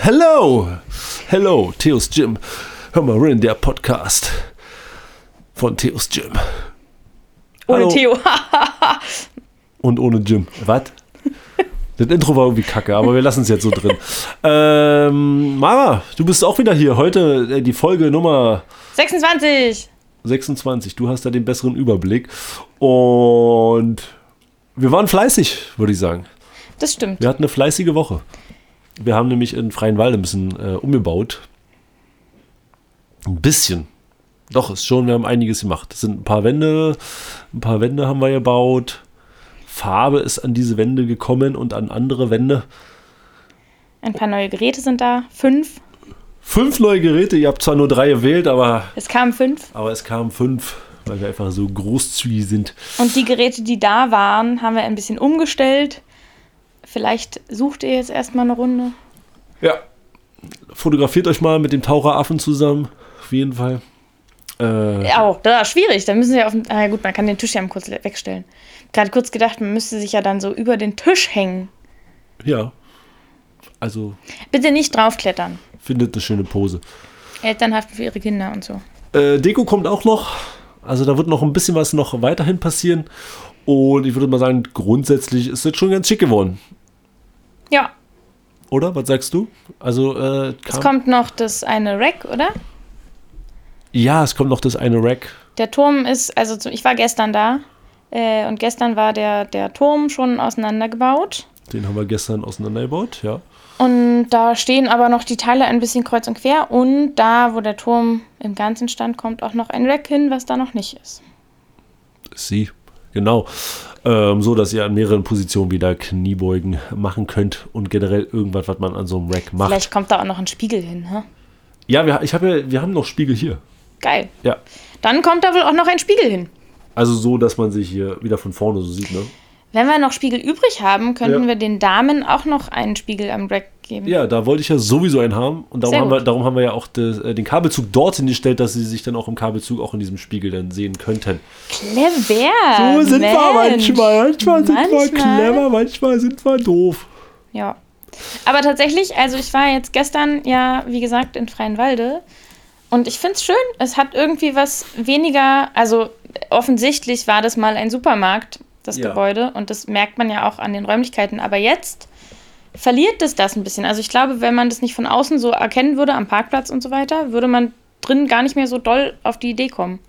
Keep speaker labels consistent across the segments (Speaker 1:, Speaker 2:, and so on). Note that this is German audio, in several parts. Speaker 1: Hello! Hello, Theos Gym. Hör mal rein, der Podcast von Theos Gym.
Speaker 2: Ohne
Speaker 1: Hallo.
Speaker 2: Theo.
Speaker 1: Und ohne Gym. Was? Das Intro war irgendwie kacke, aber wir lassen es jetzt so drin. Ähm, Mara, du bist auch wieder hier. Heute äh, die Folge Nummer
Speaker 2: 26.
Speaker 1: 26. Du hast da den besseren Überblick. Und wir waren fleißig, würde ich sagen.
Speaker 2: Das stimmt.
Speaker 1: Wir hatten eine fleißige Woche. Wir haben nämlich in Freienwalde ein bisschen äh, umgebaut. Ein bisschen. Doch, ist schon, wir haben einiges gemacht. Es sind ein paar Wände, ein paar Wände haben wir gebaut. Farbe ist an diese Wände gekommen und an andere Wände.
Speaker 2: Ein paar neue Geräte sind da. Fünf.
Speaker 1: Fünf neue Geräte, ihr habt zwar nur drei gewählt, aber,
Speaker 2: Es kamen fünf.
Speaker 1: aber es kamen fünf, weil wir einfach so großzügig sind.
Speaker 2: Und die Geräte, die da waren, haben wir ein bisschen umgestellt. Vielleicht sucht ihr jetzt erstmal eine Runde.
Speaker 1: Ja. Fotografiert euch mal mit dem Taucheraffen zusammen. Auf jeden Fall. Äh,
Speaker 2: Ja, Oh, das ist schwierig. Da müssen wir auf den. Ah, ja, gut, man kann den Tisch ja mal kurz le- wegstellen. Gerade kurz gedacht, man müsste sich ja dann so über den Tisch hängen.
Speaker 1: ja. Also
Speaker 2: Bitte nicht draufklettern.
Speaker 1: findet eine schöne Pose.
Speaker 2: Elternhaft für ihre Kinder und so.
Speaker 1: Äh, Deko kommt auch noch. Also da wird noch ein bisschen was noch weiterhin passieren. Und ich würde mal sagen, grundsätzlich ist das schon ganz schick geworden.
Speaker 2: Ja,
Speaker 1: Oder? Was sagst du? Also, äh,
Speaker 2: es
Speaker 1: kam,
Speaker 2: kommt noch das eine Rack, oder?
Speaker 1: ja, es kommt noch das eine Rack.
Speaker 2: Der Turm ist, also zu- ich war gestern da äh, und gestern war der, der Turm schon auseinandergebaut.
Speaker 1: Den haben wir gestern auseinandergebaut, ja.
Speaker 2: Und da stehen aber noch die Teile ein bisschen kreuz und quer. Und da, wo der Turm im Ganzen stand, kommt auch noch ein Rack hin, was da noch nicht ist.
Speaker 1: Sie, genau. Ähm, so, dass ihr an mehreren Positionen wieder Kniebeugen machen könnt und generell irgendwas, was man an so einem Rack macht.
Speaker 2: Vielleicht kommt da auch noch ein Spiegel hin. ne? Hä?
Speaker 1: Ja, wir, ich hab ja, wir haben noch Spiegel hier.
Speaker 2: Geil.
Speaker 1: Ja.
Speaker 2: Dann kommt da wohl auch noch ein Spiegel hin.
Speaker 1: Also so, dass man sich hier wieder von vorne so sieht, ne?
Speaker 2: Wenn wir noch Spiegel übrig haben, könnten
Speaker 1: Ja.
Speaker 2: wir den Damen auch noch einen Spiegel am Rack geben.
Speaker 1: Ja, da wollte ich ja sowieso einen haben. Und darum,
Speaker 2: Sehr
Speaker 1: haben wir,
Speaker 2: gut.
Speaker 1: darum haben wir ja auch das, äh, den Kabelzug dorthin gestellt, dass sie sich dann auch im Kabelzug auch in diesem Spiegel dann sehen könnten.
Speaker 2: Clever. Ah, Mensch.
Speaker 1: Oh, Manchmal
Speaker 2: Manchmal.
Speaker 1: manchmal sind wir doof.
Speaker 2: Ja. Aber tatsächlich, also ich war jetzt gestern ja, wie gesagt, in Freienwalde und ich finde es schön. Es hat irgendwie was weniger, also offensichtlich war das mal ein Supermarkt, das
Speaker 1: Ja.
Speaker 2: Gebäude, und das merkt man ja auch an den Räumlichkeiten. Aber jetzt verliert es das ein bisschen. Also ich glaube, wenn man das nicht von außen so erkennen würde, am Parkplatz und so weiter, würde man drin gar nicht mehr so doll auf die Idee kommen.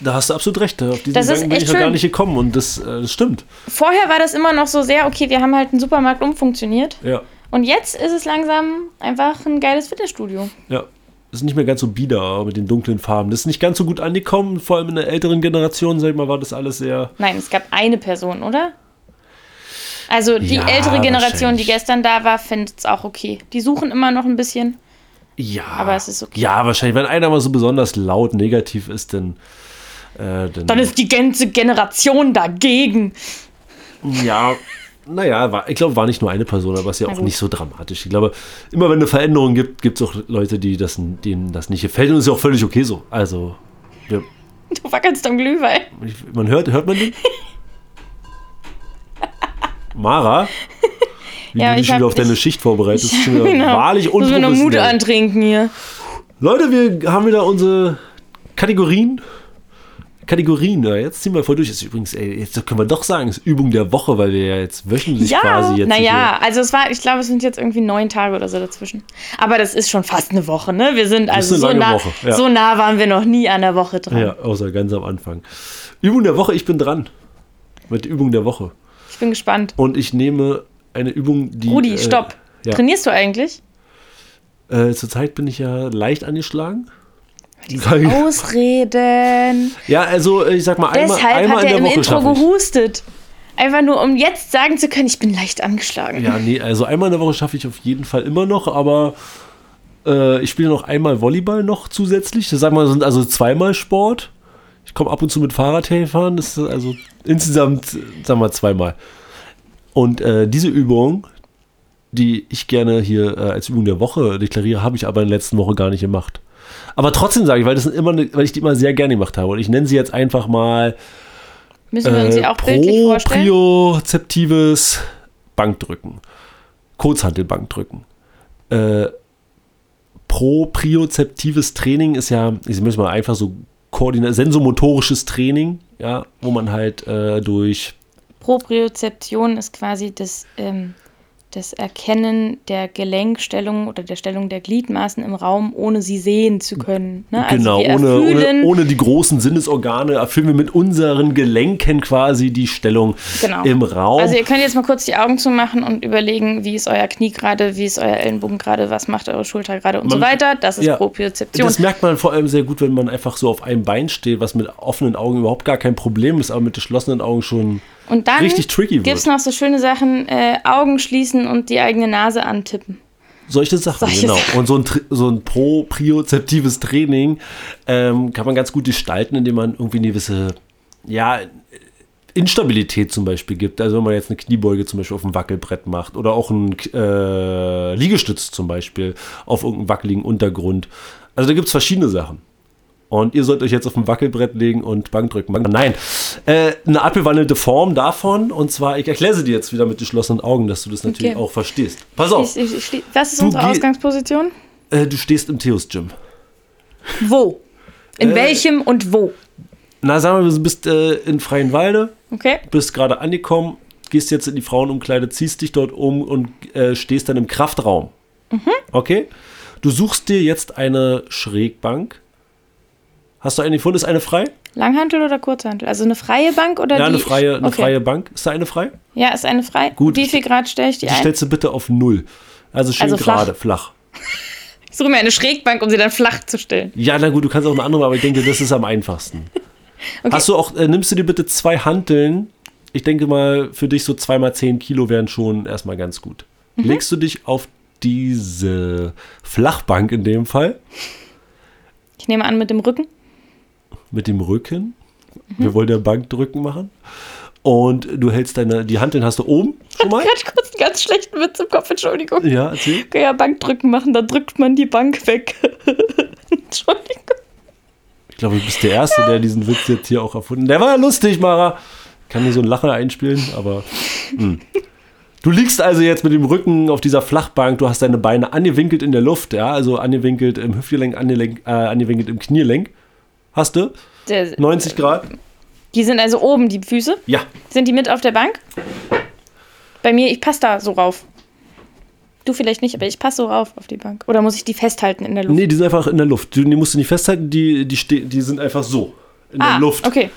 Speaker 1: Da hast du absolut recht. Auf diesen
Speaker 2: Das ist
Speaker 1: Gedanken bin ich
Speaker 2: echt
Speaker 1: noch gar
Speaker 2: schön.
Speaker 1: nicht gekommen. Und das, äh, das stimmt.
Speaker 2: Vorher war das immer noch so sehr, okay, wir haben halt einen Supermarkt umfunktioniert.
Speaker 1: Ja,
Speaker 2: Und jetzt ist es langsam einfach ein geiles Fitnessstudio.
Speaker 1: ja. Ist nicht mehr ganz so bieder mit den dunklen Farben. Das ist nicht ganz so gut angekommen. Vor allem in der älteren Generation, sag ich mal, war das alles sehr...
Speaker 2: Nein, es gab eine Person, oder? Also die
Speaker 1: Ja,
Speaker 2: ältere Generation, die
Speaker 1: wahrscheinlich.
Speaker 2: gestern da war, findet es auch okay. Die suchen immer noch ein bisschen.
Speaker 1: Ja.
Speaker 2: Aber es ist okay.
Speaker 1: Ja, wahrscheinlich. Wenn einer mal so besonders laut negativ ist, dann... Äh, dann,
Speaker 2: Dann ist die ganze Generation dagegen.
Speaker 1: Ja, naja, war, ich glaube, war nicht nur eine Person, aber ist ja auch
Speaker 2: gut.
Speaker 1: nicht so dramatisch. Ich glaube, immer wenn eine Veränderung gibt, gibt es auch Leute, die das, denen das nicht gefällt. Und ist ja auch völlig okay so. Also, wir,
Speaker 2: Du wackelst am Glühwein.
Speaker 1: ich, man hört, hört man den? Mara? Wie
Speaker 2: Ja,
Speaker 1: du dich
Speaker 2: ich
Speaker 1: schon
Speaker 2: hab-
Speaker 1: wieder auf deine
Speaker 2: ich-
Speaker 1: Schicht vorbereitest. ist schon wieder wahrlich
Speaker 2: Genau. Müssen wir noch Mut
Speaker 1: unprofessionell.
Speaker 2: antrinken hier.
Speaker 1: Leute, wir haben wieder unsere Kategorien. Kategorien, ja, jetzt ziehen wir voll durch. Ist übrigens, ey, jetzt können wir doch sagen, ist Übung der Woche, weil wir ja jetzt wöchentlich
Speaker 2: Ja,
Speaker 1: quasi jetzt.
Speaker 2: naja, also es war, ich glaube, es sind jetzt irgendwie neun Tage oder so dazwischen. Aber das ist schon fast eine Woche, ne? Wir sind also
Speaker 1: eine
Speaker 2: so
Speaker 1: lange
Speaker 2: nah,
Speaker 1: Woche, ja.
Speaker 2: so nah waren wir noch nie an der Woche dran.
Speaker 1: Ja, außer ganz am Anfang. Übung der Woche, ich bin dran. Mit Übung der Woche.
Speaker 2: Ich bin gespannt.
Speaker 1: Und ich nehme eine Übung, die.
Speaker 2: Rudi,
Speaker 1: äh,
Speaker 2: stopp.
Speaker 1: Ja.
Speaker 2: Trainierst du eigentlich?
Speaker 1: Äh, zurzeit bin ich ja leicht angeschlagen. Sag-
Speaker 2: Ausreden.
Speaker 1: Ja, also ich sag mal, einmal,
Speaker 2: Deshalb
Speaker 1: einmal
Speaker 2: hat
Speaker 1: in
Speaker 2: er
Speaker 1: der
Speaker 2: im
Speaker 1: Woche
Speaker 2: Intro
Speaker 1: schaffe ich.
Speaker 2: gehustet. Einfach nur, um jetzt sagen zu können, ich bin leicht angeschlagen.
Speaker 1: Ja, nee, also einmal in der Woche schaffe ich auf jeden Fall immer noch, aber äh, ich spiele noch einmal Volleyball noch zusätzlich. Das sagen wir, sind also zweimal Sport. Ich komme ab und zu mit Fahrrad herfahren, das ist also insgesamt, äh, sagen wir, zweimal. Und äh, diese Übung, die ich gerne hier äh, als Übung der Woche deklariere, habe ich aber in der letzten Woche gar nicht gemacht. Aber trotzdem sage ich, weil, das sind immer ne, weil ich die immer sehr gerne gemacht habe. Und ich nenne sie jetzt einfach mal
Speaker 2: Müssen wir uns
Speaker 1: äh,
Speaker 2: sie auch bildlich vorstellen?
Speaker 1: propriozeptives Bankdrücken. Kurzhantelbankdrücken. äh, propriozeptives Training ist ja, ich muss mal einfach so Koordina sensomotorisches Training, ja, wo man halt äh, durch
Speaker 2: Propriozeption ist quasi das, ähm, das Erkennen der Gelenkstellung oder der Stellung der Gliedmaßen im Raum, ohne sie sehen zu können. Ne?
Speaker 1: genau
Speaker 2: wir
Speaker 1: ohne, ohne,
Speaker 2: erfühlen-
Speaker 1: ohne die großen Sinnesorgane erfüllen wir mit unseren Gelenken quasi die Stellung
Speaker 2: Genau.
Speaker 1: im Raum.
Speaker 2: Also ihr könnt jetzt mal kurz die Augen zumachen und überlegen, wie ist euer Knie gerade, wie ist euer Ellenbogen gerade, was macht eure Schulter gerade und so
Speaker 1: Man-
Speaker 2: weiter. Das ist
Speaker 1: ja.
Speaker 2: Propriozeption.
Speaker 1: das merkt man vor allem sehr gut, wenn man einfach so auf einem Bein steht, was mit offenen Augen überhaupt gar kein Problem ist, aber mit geschlossenen Augen schon.
Speaker 2: und dann
Speaker 1: richtig tricky wird.
Speaker 2: gibt es noch so schöne Sachen, äh, Augen schließen und die eigene Nase antippen.
Speaker 1: Solche Sachen,
Speaker 2: Solche
Speaker 1: genau.
Speaker 2: Sachen.
Speaker 1: Und so ein, Tr- so ein propriozeptives Training ähm, kann man ganz gut gestalten, indem man irgendwie eine gewisse, ja, Instabilität zum Beispiel gibt. Also wenn man jetzt eine Kniebeuge zum Beispiel auf dem Wackelbrett macht oder auch einen äh, Liegestütz zum Beispiel auf irgendeinem wackeligen Untergrund. Also da gibt es verschiedene Sachen. Und ihr sollt euch jetzt auf ein Wackelbrett legen und Bank drücken. Bank- Nein, äh, eine abgewandelte Form davon. Und zwar, ich erkläre sie dir jetzt wieder mit geschlossenen Augen, dass du das natürlich
Speaker 2: Okay.
Speaker 1: auch verstehst. Pass auf.
Speaker 2: Ich, ich, ich, schlie- was ist
Speaker 1: Oh. Du
Speaker 2: unsere
Speaker 1: geh-
Speaker 2: Ausgangsposition?
Speaker 1: Äh, du stehst im Theos Gym.
Speaker 2: Wo? In
Speaker 1: Äh,
Speaker 2: welchem und wo?
Speaker 1: Na, sagen wir, du bist äh, in Freienwalde,
Speaker 2: Okay.
Speaker 1: bist gerade angekommen, gehst jetzt in die Frauenumkleide, ziehst dich dort um und äh, stehst dann im Kraftraum.
Speaker 2: Mhm.
Speaker 1: Okay? Du suchst dir jetzt eine Schrägbank. Hast du eine gefunden? Ist eine frei?
Speaker 2: Langhantel oder Kurzhantel? Also eine freie Bank oder
Speaker 1: Ja,
Speaker 2: Äh, die?
Speaker 1: eine freie, eine
Speaker 2: okay.
Speaker 1: freie Bank. Ist da eine frei?
Speaker 2: Ja, ist eine frei.
Speaker 1: Gut.
Speaker 2: Wie viel Grad stelle ich die,
Speaker 1: Die
Speaker 2: ein?
Speaker 1: stellst du bitte auf Null. Also schön
Speaker 2: Äh. Also flach.
Speaker 1: gerade, flach.
Speaker 2: Ich suche mir eine Schrägbank, um sie dann flach zu stellen.
Speaker 1: Ja, na gut, du kannst auch eine andere, aber ich denke, das ist am einfachsten. Hast du auch, äh, nimmst du dir bitte zwei Hanteln? Ich denke mal, für dich so zweimal zehn Kilo wären schon erstmal ganz gut. Legst du dich auf diese Flachbank in dem Fall,
Speaker 2: Ich nehme an, mit dem Rücken.
Speaker 1: mit dem Rücken. Wir wollen ja Bankdrücken machen. Und du hältst deine, die Hanteln hast du oben schon mal?
Speaker 2: Ich hatte kurz einen ganz schlechten Witz im Kopf, Entschuldigung.
Speaker 1: Ja, erzähl.
Speaker 2: Okay, ja, Bankdrücken machen, da drückt man die Bank weg. Entschuldigung.
Speaker 1: Ich glaube, du bist der Erste, der diesen Witz jetzt hier auch erfunden hat. Der war ja lustig, Mara. Ich kann nur so einen Lacher einspielen, aber. hm. Du liegst also jetzt mit dem Rücken auf dieser Flachbank, du hast deine Beine angewinkelt in der Luft, ja, also angewinkelt im Hüftgelenk, angelenk, äh, angewinkelt im Kniegelenk. Hast du?
Speaker 2: Der,
Speaker 1: 90 Grad?
Speaker 2: die sind also oben, die Füße.
Speaker 1: Ja.
Speaker 2: Sind die mit auf der Bank? Bei mir, ich passe da so rauf. Du vielleicht nicht, aber ich passe so rauf auf die Bank. Oder muss ich die festhalten in der Luft?
Speaker 1: Nee, die sind einfach in der Luft. Du, die musst du nicht festhalten, die, die, ste- die sind einfach so. In der
Speaker 2: ah,
Speaker 1: Luft.
Speaker 2: okay.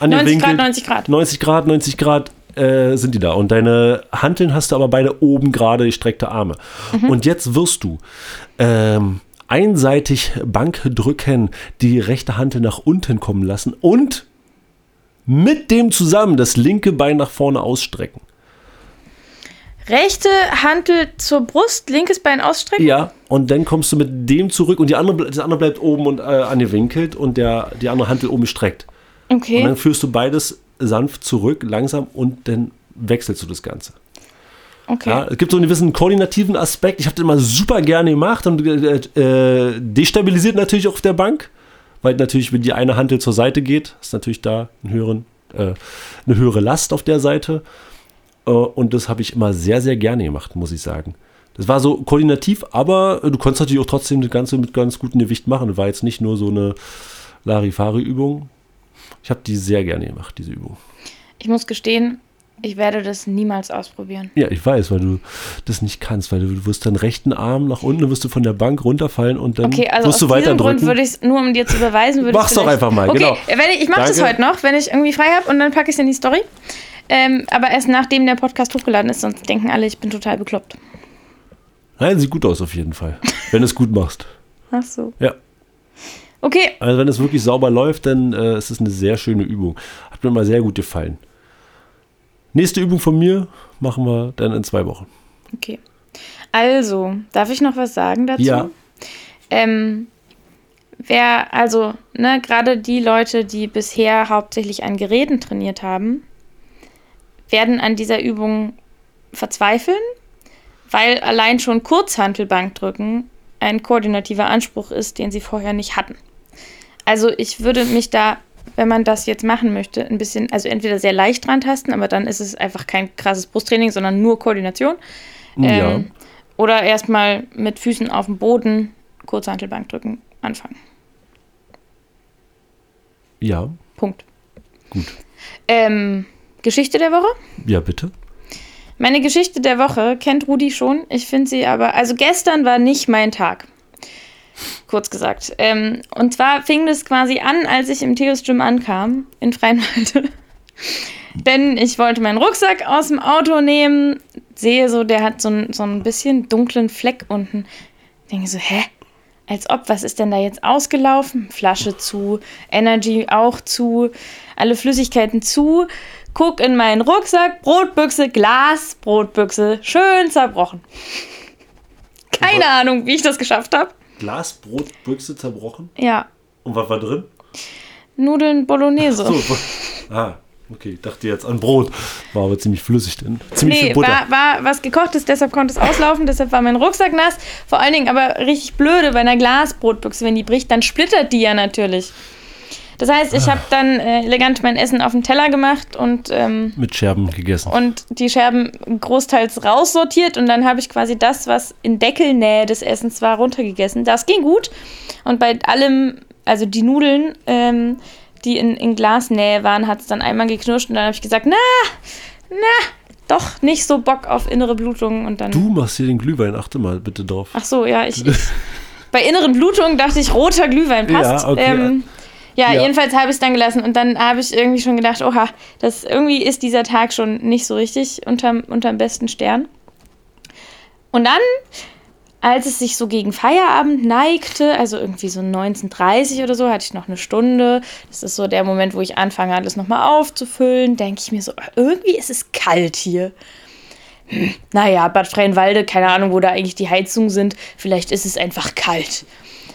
Speaker 2: 90
Speaker 1: angewinkelt.
Speaker 2: Grad, 90 Grad.
Speaker 1: 90 Grad, 90 Grad äh, sind die da. Und deine Hanteln hast du aber beide oben gerade gestreckte Arme. Und jetzt wirst du ähm, einseitig Bank drücken, die rechte Hantel nach unten kommen lassen und mit dem zusammen das linke Bein nach vorne ausstrecken.
Speaker 2: Rechte Hantel zur Brust, linkes Bein ausstrecken.
Speaker 1: Ja, und dann kommst du mit dem zurück und die andere, ble- das andere bleibt oben und äh, angewinkelt und der, die andere Hantel oben gestreckt. Und
Speaker 2: Okay.
Speaker 1: dann führst du beides sanft zurück, langsam und dann wechselst du das Ganze.
Speaker 2: okay.
Speaker 1: Ja, es gibt so einen gewissen koordinativen Aspekt. Ich habe das immer super gerne gemacht und äh, äh, destabilisiert natürlich auch auf der Bank, weil natürlich, wenn die eine Hantel zur Seite geht, ist natürlich da einen höheren, äh, eine höhere Last auf der Seite. Äh, und das habe ich immer sehr, sehr gerne gemacht, muss ich sagen. Das war so koordinativ, aber äh, du konntest natürlich auch trotzdem das Ganze mit ganz gutem Gewicht machen. Das war jetzt nicht nur so eine Larifari-Übung. Ich habe die sehr gerne gemacht, diese Übung.
Speaker 2: Ich muss gestehen, ich werde das niemals ausprobieren.
Speaker 1: Ja, ich weiß, weil du das nicht kannst, weil du, du wirst deinen rechten Arm nach unten, dann wirst du von der Bank runterfallen und dann
Speaker 2: Okay, also
Speaker 1: wirst du
Speaker 2: aus
Speaker 1: weiter
Speaker 2: diesem Grund
Speaker 1: drücken.
Speaker 2: würde ich es, nur um dir zu beweisen, würde
Speaker 1: Mach's
Speaker 2: ich
Speaker 1: doch
Speaker 2: vielleicht-
Speaker 1: einfach mal,
Speaker 2: okay, äh,
Speaker 1: genau.
Speaker 2: Wenn ich ich mache das
Speaker 1: Danke.
Speaker 2: heute noch, wenn ich irgendwie frei habe und dann packe ich es in die Story. Ähm, aber erst nachdem der Podcast hochgeladen ist, sonst denken alle, ich bin total bekloppt.
Speaker 1: Nein, sieht gut aus auf jeden Fall, wenn du es gut machst.
Speaker 2: Ach so.
Speaker 1: Ja,
Speaker 2: Okay,
Speaker 1: also wenn es wirklich sauber läuft, dann äh, ist es eine sehr schöne Übung. Hat mir mal sehr gut gefallen. Nächste Übung von mir machen wir dann in zwei Wochen.
Speaker 2: okay. Also, darf ich noch was sagen dazu?
Speaker 1: Ja.
Speaker 2: Ähm, wer, also, ne, gerade die Leute, die bisher hauptsächlich an Geräten trainiert haben, werden an dieser Übung verzweifeln, weil allein schon Kurzhantelbankdrücken ein koordinativer Anspruch ist, den sie vorher nicht hatten. Also ich würde mich da, wenn man das jetzt machen möchte, ein bisschen, also entweder sehr leicht dran tasten, aber dann ist es einfach kein krasses Brusttraining, sondern nur Koordination.
Speaker 1: Ja.
Speaker 2: Ähm, Oder erstmal mit Füßen auf dem Boden, Kurzhantelbank drücken, anfangen.
Speaker 1: Ja,
Speaker 2: Punkt.
Speaker 1: Gut.
Speaker 2: Ähm, Geschichte der Woche?
Speaker 1: ja, bitte.
Speaker 2: Meine Geschichte der Woche kennt Rudi schon. Ich finde sie aber. Also gestern war nicht mein Tag. Kurz gesagt. Ähm, und zwar fing das quasi an, als ich im Theos Gym ankam, in Freienwalde. Denn ich wollte meinen Rucksack aus dem Auto nehmen, sehe so, der hat so, ein- so ein bisschen dunklen Fleck unten. Denke so, hä? Als ob, was ist denn da jetzt ausgelaufen? Flasche zu, Energy auch zu, alle Flüssigkeiten zu. Guck in meinen Rucksack, Brotbüchse, Glas, Brotbüchse, schön zerbrochen. Keine Ahnung, wie ich das geschafft habe.
Speaker 1: Glas, Brot, Büchse zerbrochen.
Speaker 2: Ja,
Speaker 1: Und was war drin?
Speaker 2: Nudeln Bolognese.
Speaker 1: So. ah, okay. Dachte jetzt an Brot. War aber ziemlich flüssig denn. Ziemlich viel
Speaker 2: Nee,
Speaker 1: Butter.
Speaker 2: war, war was gekochtes, deshalb konnte es auslaufen, deshalb war mein Rucksack nass. Vor allen Dingen aber richtig blöde bei einer Glasbrotbüchse, wenn die bricht, dann splittert die ja natürlich. Das heißt,
Speaker 1: Ah.
Speaker 2: ich habe dann äh, elegant mein Essen auf den Teller gemacht und, ähm,
Speaker 1: Mit Scherben gegessen.
Speaker 2: und die Scherben großteils raussortiert und dann habe ich quasi das, was in Deckelnähe des Essens war, runtergegessen. Das ging gut und bei allem, also die Nudeln, ähm, die in, in Glasnähe waren, hat es dann einmal geknirscht und dann habe ich gesagt, na, doch nicht so Bock auf innere Blutungen und dann.
Speaker 1: du machst hier den Glühwein. Achte mal bitte drauf.
Speaker 2: Ach so, ja, ich, ich. Bei inneren Blutungen dachte ich, roter Glühwein passt.
Speaker 1: Ja, okay.
Speaker 2: ähm, ja,
Speaker 1: Ja.
Speaker 2: jedenfalls habe ich es dann gelassen und dann habe ich irgendwie schon gedacht, oha, das irgendwie ist dieser Tag schon nicht so richtig unterm, unterm besten Stern. Und dann, als es sich so gegen Feierabend neigte, also irgendwie so 19.30 oder so, hatte ich noch eine Stunde. Das ist so der Moment, wo ich anfange, alles nochmal aufzufüllen. Denke ich mir so, irgendwie ist es kalt hier. Hm, naja, Bad Freienwalde, keine Ahnung, wo da eigentlich die Heizungen sind. Vielleicht ist es einfach kalt.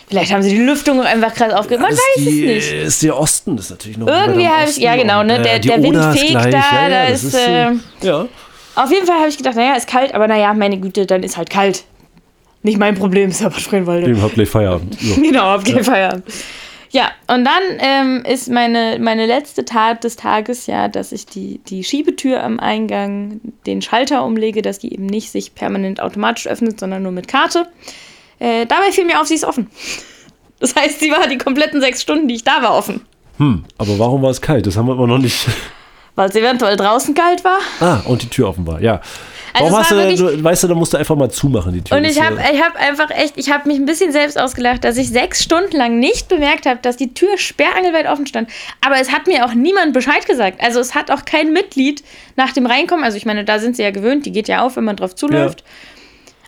Speaker 2: Vielleicht haben sie die Lüftung einfach krass aufgemacht. Man
Speaker 1: Das
Speaker 2: weiß
Speaker 1: ist die,
Speaker 2: es nicht.
Speaker 1: Ist der Osten, das ist natürlich noch
Speaker 2: Irgendwie
Speaker 1: weiter im
Speaker 2: habe ich-
Speaker 1: Osten
Speaker 2: ja, genau,
Speaker 1: und,
Speaker 2: ne,
Speaker 1: äh,
Speaker 2: der-
Speaker 1: die
Speaker 2: der Wind
Speaker 1: Oder ist
Speaker 2: fegt
Speaker 1: gleich,
Speaker 2: da,
Speaker 1: ja, ja,
Speaker 2: da
Speaker 1: das
Speaker 2: ist,
Speaker 1: ist so-
Speaker 2: äh,
Speaker 1: ja,
Speaker 2: Auf jeden Fall habe ich gedacht, naja, ist kalt, aber naja, meine Güte, dann ist halt kalt. Nicht mein Problem, ist aber Freienwalde.
Speaker 1: dem habt gleich Feierabend. So.
Speaker 2: Genau, auf jeden Fall. Ja. Ja, und dann ähm, ist meine, meine letzte Tat des Tages ja, dass ich die, die Schiebetür am Eingang, den Schalter umlege, dass die eben nicht sich permanent automatisch öffnet, sondern nur mit Karte. Äh, dabei fiel mir auf, sie ist offen. Das heißt, sie war die kompletten sechs Stunden, die ich da war, offen.
Speaker 1: Hm, aber warum war es kalt? Das haben wir immer noch nicht.
Speaker 2: Weil es eventuell draußen kalt war.
Speaker 1: Ah, und die Tür offen war, ja.
Speaker 2: Also
Speaker 1: Warum
Speaker 2: es
Speaker 1: hast
Speaker 2: war
Speaker 1: du,
Speaker 2: wirklich-
Speaker 1: du, weißt du, da musst du einfach mal zumachen, die Tür.
Speaker 2: Und
Speaker 1: Das
Speaker 2: ich
Speaker 1: ist,
Speaker 2: habe
Speaker 1: äh,
Speaker 2: ich hab einfach echt, ich habe mich ein bisschen selbst ausgelacht, dass ich sechs Stunden lang nicht bemerkt habe, dass die Tür sperrangelweit offen stand. Aber es hat mir auch niemand Bescheid gesagt. Also es hat auch kein Mitglied nach dem Reinkommen, also ich meine, da sind sie ja gewöhnt, die geht ja auf, wenn man drauf zuläuft.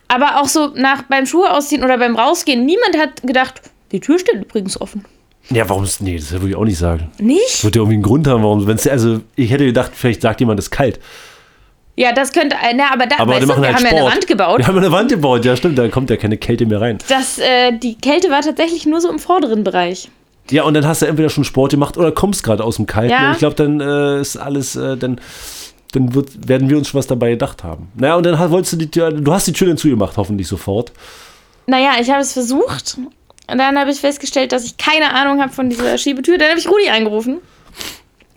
Speaker 2: Aber auch so nach beim Schuhe ausziehen oder beim Rausgehen, niemand hat gedacht, die Tür steht übrigens offen.
Speaker 1: Ja, warum ist. Nee, das würde ich auch nicht sagen.
Speaker 2: Nicht?
Speaker 1: Wird ja irgendwie einen Grund haben, warum. Wenn's, also, ich hätte gedacht, vielleicht sagt jemand, es ist kalt.
Speaker 2: Ja, das könnte, äh, na, aber da,
Speaker 1: Aber
Speaker 2: weißt
Speaker 1: die
Speaker 2: du, wir
Speaker 1: machen halt
Speaker 2: haben ja
Speaker 1: Sport.
Speaker 2: eine Wand gebaut.
Speaker 1: Wir haben eine Wand gebaut, ja, stimmt. Da kommt ja keine Kälte mehr rein.
Speaker 2: Das, äh, die Kälte war tatsächlich nur so im vorderen Bereich.
Speaker 1: Ja, und dann hast du entweder schon Sport gemacht oder kommst gerade aus dem Kalten.
Speaker 2: Ja.
Speaker 1: Und ich glaube, dann äh, ist alles, äh, dann, dann wird, werden wir uns schon was dabei gedacht haben. Naja, und dann ha- wolltest du die Tür, du hast die Tür dann zugemacht, hoffentlich sofort.
Speaker 2: Naja, ich habe es versucht. Und dann habe ich festgestellt, dass ich keine Ahnung habe von dieser Schiebetür. Dann habe ich Rudi angerufen.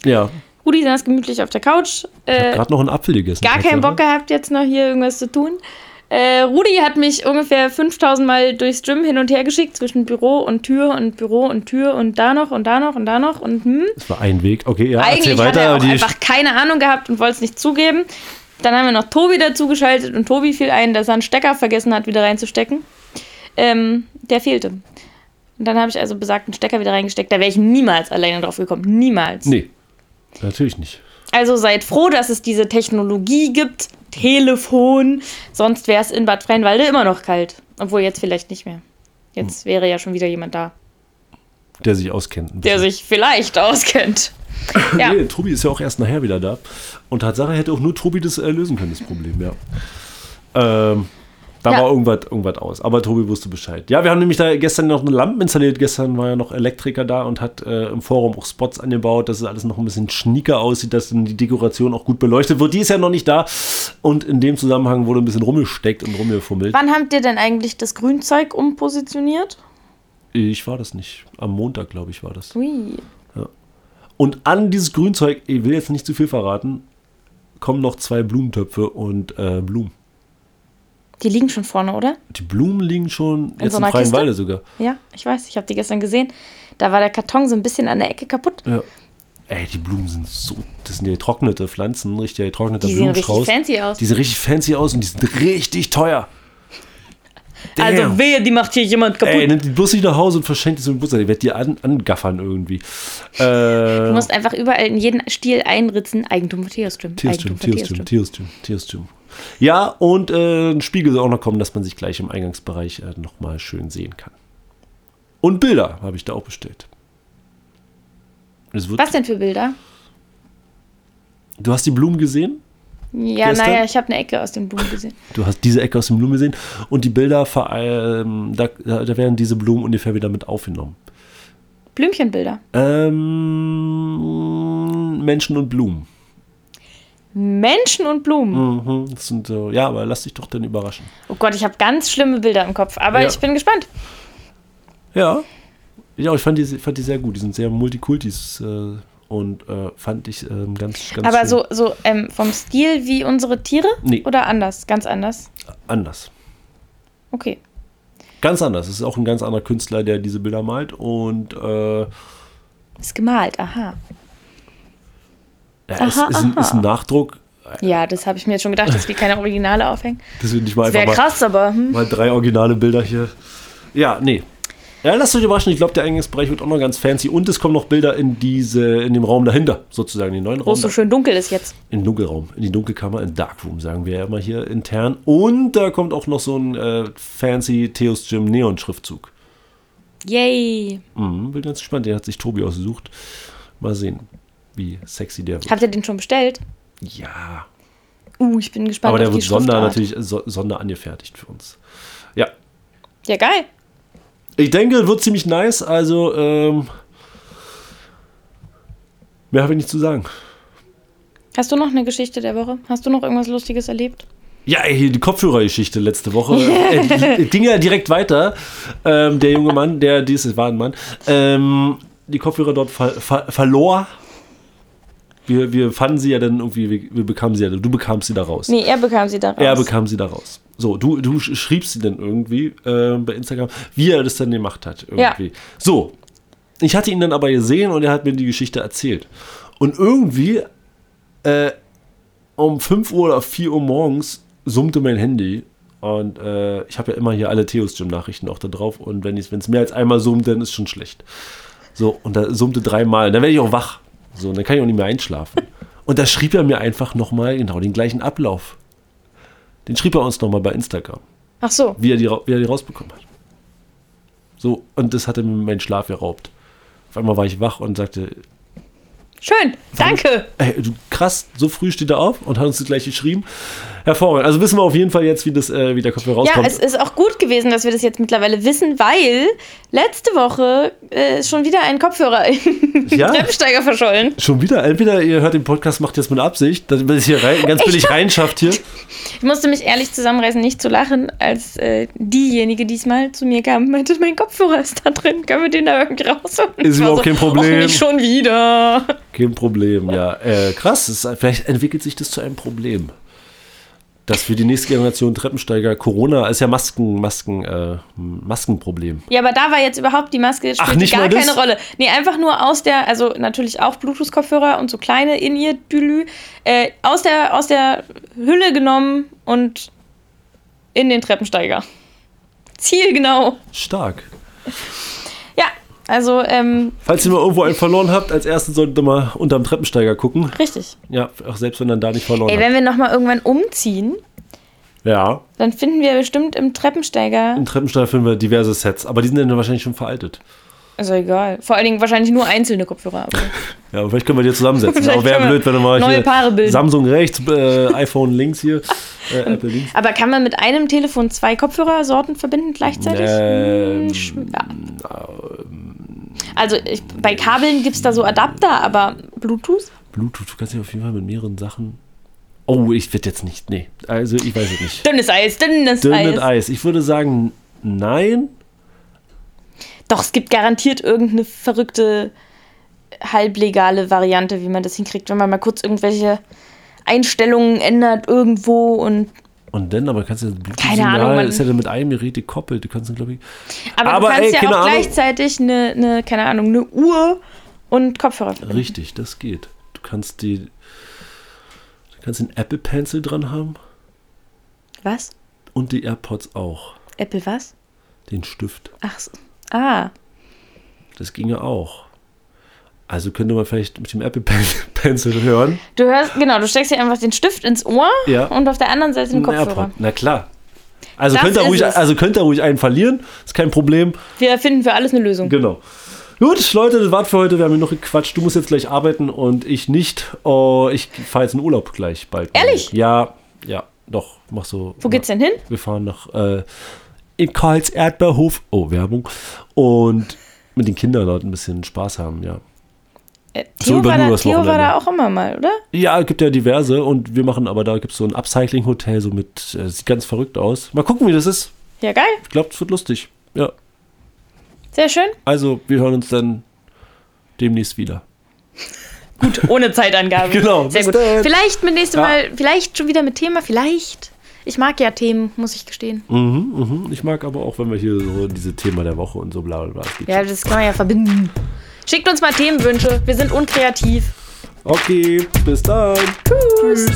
Speaker 1: Ja,
Speaker 2: Rudi saß gemütlich auf der Couch. Äh,
Speaker 1: gerade noch einen Apfel gegessen.
Speaker 2: gar keinen Bock gehabt, jetzt noch hier irgendwas zu tun. Äh, Rudi hat mich ungefähr 5000 Mal durchs Gym hin und her geschickt, zwischen Büro und Tür und Büro und Tür und da noch und da noch und da noch und hm.
Speaker 1: Das war ein Weg. Okay, ja,
Speaker 2: Eigentlich
Speaker 1: erzähl weiter.
Speaker 2: hat er auch
Speaker 1: die,
Speaker 2: einfach keine Ahnung gehabt und wollte es nicht zugeben. Dann haben wir noch Tobi dazugeschaltet und Tobi fiel ein, dass er einen Stecker vergessen hat, wieder reinzustecken. Ähm, der fehlte. Und dann habe ich also besagten Stecker wieder reingesteckt. Da wäre ich niemals alleine drauf gekommen. Niemals.
Speaker 1: nee, natürlich nicht.
Speaker 2: Also seid froh, dass es diese Technologie gibt. Telefon. Sonst wäre es in Bad Freienwalde immer noch kalt. Obwohl jetzt vielleicht nicht mehr.
Speaker 1: Hm.
Speaker 2: Jetzt wäre ja schon wieder jemand da,
Speaker 1: Der sich auskennt. ein
Speaker 2: der
Speaker 1: bisschen.
Speaker 2: sich vielleicht auskennt. Ja.
Speaker 1: Nee, Tobi ist ja auch erst nachher wieder da. Und Tatsache hätte auch nur Tobi das äh, lösen können, das Problem, ja. Ähm, da
Speaker 2: Ja.
Speaker 1: war irgendwas, irgendwas aus. Aber Tobi wusste Bescheid. Ja, wir haben nämlich da gestern noch eine Lampe installiert. Gestern war ja noch Elektriker da und hat äh, im Forum auch Spots angebaut, dass es alles noch ein bisschen schnicker aussieht, dass dann die Dekoration auch gut beleuchtet wird. Die ist ja noch nicht da. Und in dem Zusammenhang wurde ein bisschen rumgesteckt und rumgefummelt.
Speaker 2: Wann habt ihr denn eigentlich das Grünzeug umpositioniert?
Speaker 1: Ich war das nicht. Am Montag, glaube ich, war das.
Speaker 2: Ui.
Speaker 1: Und an dieses Grünzeug, ich will jetzt nicht zu viel verraten, kommen noch zwei Blumentöpfe und äh, Blumen.
Speaker 2: Die liegen schon vorne, oder?
Speaker 1: Die Blumen liegen schon
Speaker 2: In
Speaker 1: jetzt
Speaker 2: so
Speaker 1: im
Speaker 2: einer
Speaker 1: freien
Speaker 2: Kiste?
Speaker 1: Walde sogar.
Speaker 2: Ja, ich weiß, ich habe die gestern gesehen. Da war der Karton so ein bisschen an der Ecke kaputt.
Speaker 1: Ja. Ey, die Blumen sind so. Das sind ja getrocknete Pflanzen, richtig getrockneter
Speaker 2: Die sehen richtig
Speaker 1: Blumenstrauß.
Speaker 2: fancy aus.
Speaker 1: Die sehen richtig fancy aus und die sind richtig teuer. Damn.
Speaker 2: Also wehe, die macht hier jemand kaputt.
Speaker 1: Ey, ne- nimm die bloß nicht nach Hause und verschenkt die zum Geburtstag. Die wird die an, angaffern irgendwie.
Speaker 2: du
Speaker 1: Äh,
Speaker 2: musst einfach überall in jeden Stiel einritzen. Eigentum von Theostream.
Speaker 1: Tierstream,
Speaker 2: Eigentum von
Speaker 1: Tierstream,
Speaker 2: Theostream.
Speaker 1: Tierstream, Tierstream. Ja, und äh, ein Spiegel soll auch noch kommen, dass man sich gleich im Eingangsbereich äh, nochmal schön sehen kann. Und Bilder habe ich da auch bestellt. Es wird,
Speaker 2: Was denn für Bilder?
Speaker 1: Du hast die Blumen gesehen?
Speaker 2: Ja,
Speaker 1: Gestern?
Speaker 2: naja, ich habe eine Ecke aus dem Blumen gesehen.
Speaker 1: Du hast diese Ecke aus den Blumen gesehen und die Bilder, ver- ähm, da, da da werden diese Blumen ungefähr wieder mit aufgenommen.
Speaker 2: Blümchenbilder.
Speaker 1: Ähm, Menschen und Blumen.
Speaker 2: Menschen und Blumen.
Speaker 1: Mhm, das sind so, ja, aber lass dich doch dann überraschen.
Speaker 2: Oh Gott, ich habe ganz schlimme Bilder im Kopf. Aber
Speaker 1: Ja.
Speaker 2: ich bin gespannt.
Speaker 1: Ja. Ja, ich fand die, fand die sehr gut. Die sind sehr Multikultis äh, und äh, fand ich ähm, ganz, ganz
Speaker 2: Aber
Speaker 1: schön
Speaker 2: so, so ähm, vom Stil wie unsere Tiere?
Speaker 1: Nee.
Speaker 2: Oder anders? Ganz anders.
Speaker 1: anders.
Speaker 2: Okay.
Speaker 1: Ganz anders. Es ist auch ein ganz anderer Künstler, der diese Bilder malt und äh,
Speaker 2: Ist gemalt, aha.
Speaker 1: ja, es
Speaker 2: Aha,
Speaker 1: ist, ein, ist ein Nachdruck,
Speaker 2: Ja, das habe ich mir jetzt schon gedacht, dass wir keine Originale aufhängen.
Speaker 1: dass wir nicht mal
Speaker 2: Das
Speaker 1: einfach
Speaker 2: wäre
Speaker 1: mal,
Speaker 2: krass, aber hm.
Speaker 1: mal drei originale Bilder hier. Ja, nee. Ja, lasst euch überraschen. Ich glaube, der Eingangsbereich wird auch noch ganz fancy. Und es kommen noch Bilder in diese, in dem Raum dahinter, sozusagen, den neuen
Speaker 2: wo
Speaker 1: Raum.
Speaker 2: es so schön dunkel ist jetzt.
Speaker 1: in den Dunkelraum, in die Dunkelkammer, in Darkroom, sagen wir ja immer hier intern. Und da kommt auch noch so ein äh, fancy Theos Gym Neon Schriftzug.
Speaker 2: Yay.
Speaker 1: Mhm, bin ganz gespannt, den hat sich Tobi ausgesucht. Mal sehen, wie sexy der wird.
Speaker 2: Habt ihr den schon bestellt?
Speaker 1: Ja,
Speaker 2: Uh, ich bin gespannt
Speaker 1: aber der
Speaker 2: auf
Speaker 1: wird
Speaker 2: die
Speaker 1: sonder
Speaker 2: Schriftart.
Speaker 1: natürlich äh, so, sonder angefertigt für uns. Ja,
Speaker 2: Ja, geil.
Speaker 1: ich denke, wird ziemlich nice. Also ähm, mehr habe ich nicht zu sagen.
Speaker 2: Hast du noch eine Geschichte der Woche? Hast du noch irgendwas Lustiges erlebt?
Speaker 1: Ja, ey, hier die Kopfhörergeschichte letzte Woche. äh, äh, ging ja direkt weiter. Ähm, der junge Mann, der, dies es war ein Mann, ähm, die Kopfhörer dort ver, ver, verlor. Wir, wir fanden sie ja dann irgendwie, wir, wir bekamen sie ja, du bekamst sie da raus.
Speaker 2: Nee, er bekam sie da raus.
Speaker 1: Er bekam sie da raus. So, du, du sch- schriebst sie dann irgendwie ähm, bei Instagram, wie er das dann gemacht hat. Irgendwie.
Speaker 2: Ja.
Speaker 1: So, ich hatte ihn dann aber gesehen und er hat mir die Geschichte erzählt. Und irgendwie äh, um 5 Uhr oder 4 Uhr morgens summte mein Handy. Und äh, ich habe ja immer hier alle Theos Gym-Nachrichten auch da drauf. Und wenn es mehr als einmal summt, dann ist schon schlecht. So, und da summte dreimal. Dann werde ich auch wach. So, und dann kann ich auch nicht mehr einschlafen. Und da schrieb er mir einfach nochmal genau den gleichen Ablauf. Den schrieb er uns nochmal bei Instagram,
Speaker 2: Ach so.
Speaker 1: wie er, die, ra- wie er die rausbekommen hat. So, und das hatte mir meinen Schlaf geraubt. Auf einmal war ich wach und sagte,
Speaker 2: Schön. Danke.
Speaker 1: ey, du krass, so früh steht er auf und hat uns das gleich geschrieben. Hervorragend. Also wissen wir auf jeden Fall jetzt, wie, das, äh, wie der Kopf
Speaker 2: Ja,
Speaker 1: rauskommt.
Speaker 2: es ist auch gut gewesen, dass wir das jetzt mittlerweile wissen, weil letzte Woche äh, ist schon wieder ein Kopfhörer im
Speaker 1: Ja.
Speaker 2: Treppensteiger verschollen.
Speaker 1: Schon wieder, entweder ihr hört den Podcast, macht jetzt mit Absicht, dass ihr es hier rein, ganz billig reinschafft hier.
Speaker 2: Ich musste mich ehrlich zusammenreißen, nicht zu lachen, als äh, diejenige diesmal zu mir kam und meinte, mein Kopfhörer ist da drin, können wir den da irgendwie rausholen?
Speaker 1: Ist
Speaker 2: Ich war
Speaker 1: überhaupt kein Problem.
Speaker 2: "Och, nicht schon wieder.
Speaker 1: Kein Problem, ja. Äh, krass, es ist, vielleicht entwickelt sich das zu einem Problem. Dass für die nächste Generation Treppensteiger Corona ist ja Masken, Masken, äh, Maskenproblem.
Speaker 2: Ja, aber da war jetzt überhaupt die Maske, das
Speaker 1: Ach,
Speaker 2: spielte
Speaker 1: nicht
Speaker 2: gar
Speaker 1: mal das?
Speaker 2: keine Rolle. Nee, einfach nur aus der, also natürlich auch Bluetooth-Kopfhörer und so kleine in ihr Dülü, äh, aus, der, aus der Hülle genommen und in den Treppensteiger. Zielgenau.
Speaker 1: Stark.
Speaker 2: Ja, also, ähm,
Speaker 1: Falls ihr mal irgendwo einen verloren habt, als erstes solltet ihr mal unterm Treppensteiger gucken.
Speaker 2: richtig.
Speaker 1: Ja, auch selbst wenn ihr da nicht verloren
Speaker 2: Ey,
Speaker 1: habt.
Speaker 2: wenn wir nochmal irgendwann umziehen,
Speaker 1: Ja,
Speaker 2: dann finden wir bestimmt im Treppensteiger.
Speaker 1: im Treppensteiger finden wir diverse Sets, aber die sind dann wahrscheinlich schon veraltet.
Speaker 2: Also egal. Vor allen Dingen wahrscheinlich nur einzelne Kopfhörer. aber-
Speaker 1: Ja, aber vielleicht können wir die zusammensetzen.
Speaker 2: Vielleicht
Speaker 1: aber wäre
Speaker 2: können wir
Speaker 1: blöd, wenn du mal
Speaker 2: neue
Speaker 1: hier
Speaker 2: Paare bilden.
Speaker 1: Samsung rechts, äh, iPhone links hier, äh, Apple links.
Speaker 2: Aber kann man mit einem Telefon zwei Kopfhörersorten verbinden gleichzeitig?
Speaker 1: Ähm,
Speaker 2: Hm, schw- ja. Also ich, bei Kabeln gibt es da so Adapter, aber Bluetooth?
Speaker 1: Bluetooth, du kannst ja auf jeden Fall mit mehreren Sachen. Oh, ich werde jetzt nicht. Nee, also ich weiß es nicht.
Speaker 2: Dünnes Eis, dünnes
Speaker 1: Dünnet Eis.
Speaker 2: Eis.
Speaker 1: Ich würde sagen, nein.
Speaker 2: Doch, es gibt garantiert irgendeine verrückte, halblegale Variante, wie man das hinkriegt, wenn man mal kurz irgendwelche Einstellungen ändert irgendwo und
Speaker 1: Und dann, aber kannst du das Bluetooth-Signal
Speaker 2: Keine Ahnung, man-
Speaker 1: ist ja dann mit einem Gerät gekoppelt. Du kannst dann, glaube ich.
Speaker 2: Aber,
Speaker 1: Aber,
Speaker 2: du kannst
Speaker 1: ey,
Speaker 2: ja
Speaker 1: keine
Speaker 2: auch
Speaker 1: Ahnung.
Speaker 2: gleichzeitig eine, eine, keine Ahnung, eine Uhr und Kopfhörer. verbinden.
Speaker 1: Richtig, das geht. Du kannst die. Du kannst den Apple Pencil dran haben
Speaker 2: Was?
Speaker 1: und die AirPods auch.
Speaker 2: Apple was?
Speaker 1: Den Stift.
Speaker 2: Ach so. Ah,
Speaker 1: Das ginge auch. Also könnte man vielleicht mit dem Apple Pen Pencil hören.
Speaker 2: du hörst, genau, du steckst dir einfach den Stift ins Ohr
Speaker 1: Ja.
Speaker 2: und auf der anderen Seite den
Speaker 1: Ein
Speaker 2: Kopfhörer.
Speaker 1: AirPod. Na klar. Also
Speaker 2: Das
Speaker 1: könnt, ihr
Speaker 2: ist
Speaker 1: ruhig,
Speaker 2: es.
Speaker 1: also könnt ihr ruhig einen verlieren, ist kein Problem.
Speaker 2: Wir finden für alles eine Lösung.
Speaker 1: Genau. Gut, Leute, das war's für heute. Wir haben hier noch gequatscht. Du musst jetzt gleich arbeiten und ich nicht. Oh, ich fahre jetzt in Urlaub gleich bald.
Speaker 2: Ehrlich?
Speaker 1: Ja, ja, doch. Mach so.
Speaker 2: Wo geht's denn hin?
Speaker 1: Wir fahren nach äh, in Karls Erdbeerhof. Oh, Werbung. Und mit den Kindern dort ein bisschen Spaß haben, ja.
Speaker 2: Äh,
Speaker 1: So
Speaker 2: Theo,
Speaker 1: über
Speaker 2: war
Speaker 1: nur
Speaker 2: da,
Speaker 1: das
Speaker 2: Theo war
Speaker 1: Wochenende.
Speaker 2: da auch immer mal, oder?
Speaker 1: Ja, gibt ja diverse und wir machen aber da gibt's so ein Upcycling-Hotel, so mit, äh, sieht ganz verrückt aus. Mal gucken, wie das ist.
Speaker 2: Ja, geil.
Speaker 1: Ich glaube, es wird lustig. Ja,
Speaker 2: Sehr schön.
Speaker 1: also wir hören uns dann demnächst wieder.
Speaker 2: Gut, ohne Zeitangabe.
Speaker 1: Genau,
Speaker 2: Sehr
Speaker 1: bis
Speaker 2: gut.
Speaker 1: dann.
Speaker 2: Vielleicht mit nächstem
Speaker 1: Ja.
Speaker 2: Mal, vielleicht schon wieder mit Thema, vielleicht. Ich mag ja Themen, muss ich gestehen.
Speaker 1: Mhm, mhm. Ich mag aber auch, wenn wir hier so diese Thema der Woche und so bla bla bla. es geht
Speaker 2: Ja, das kann man ja verbinden. Schickt uns mal Themenwünsche. Wir sind unkreativ.
Speaker 1: schon. Okay, bis dann. Tschüss.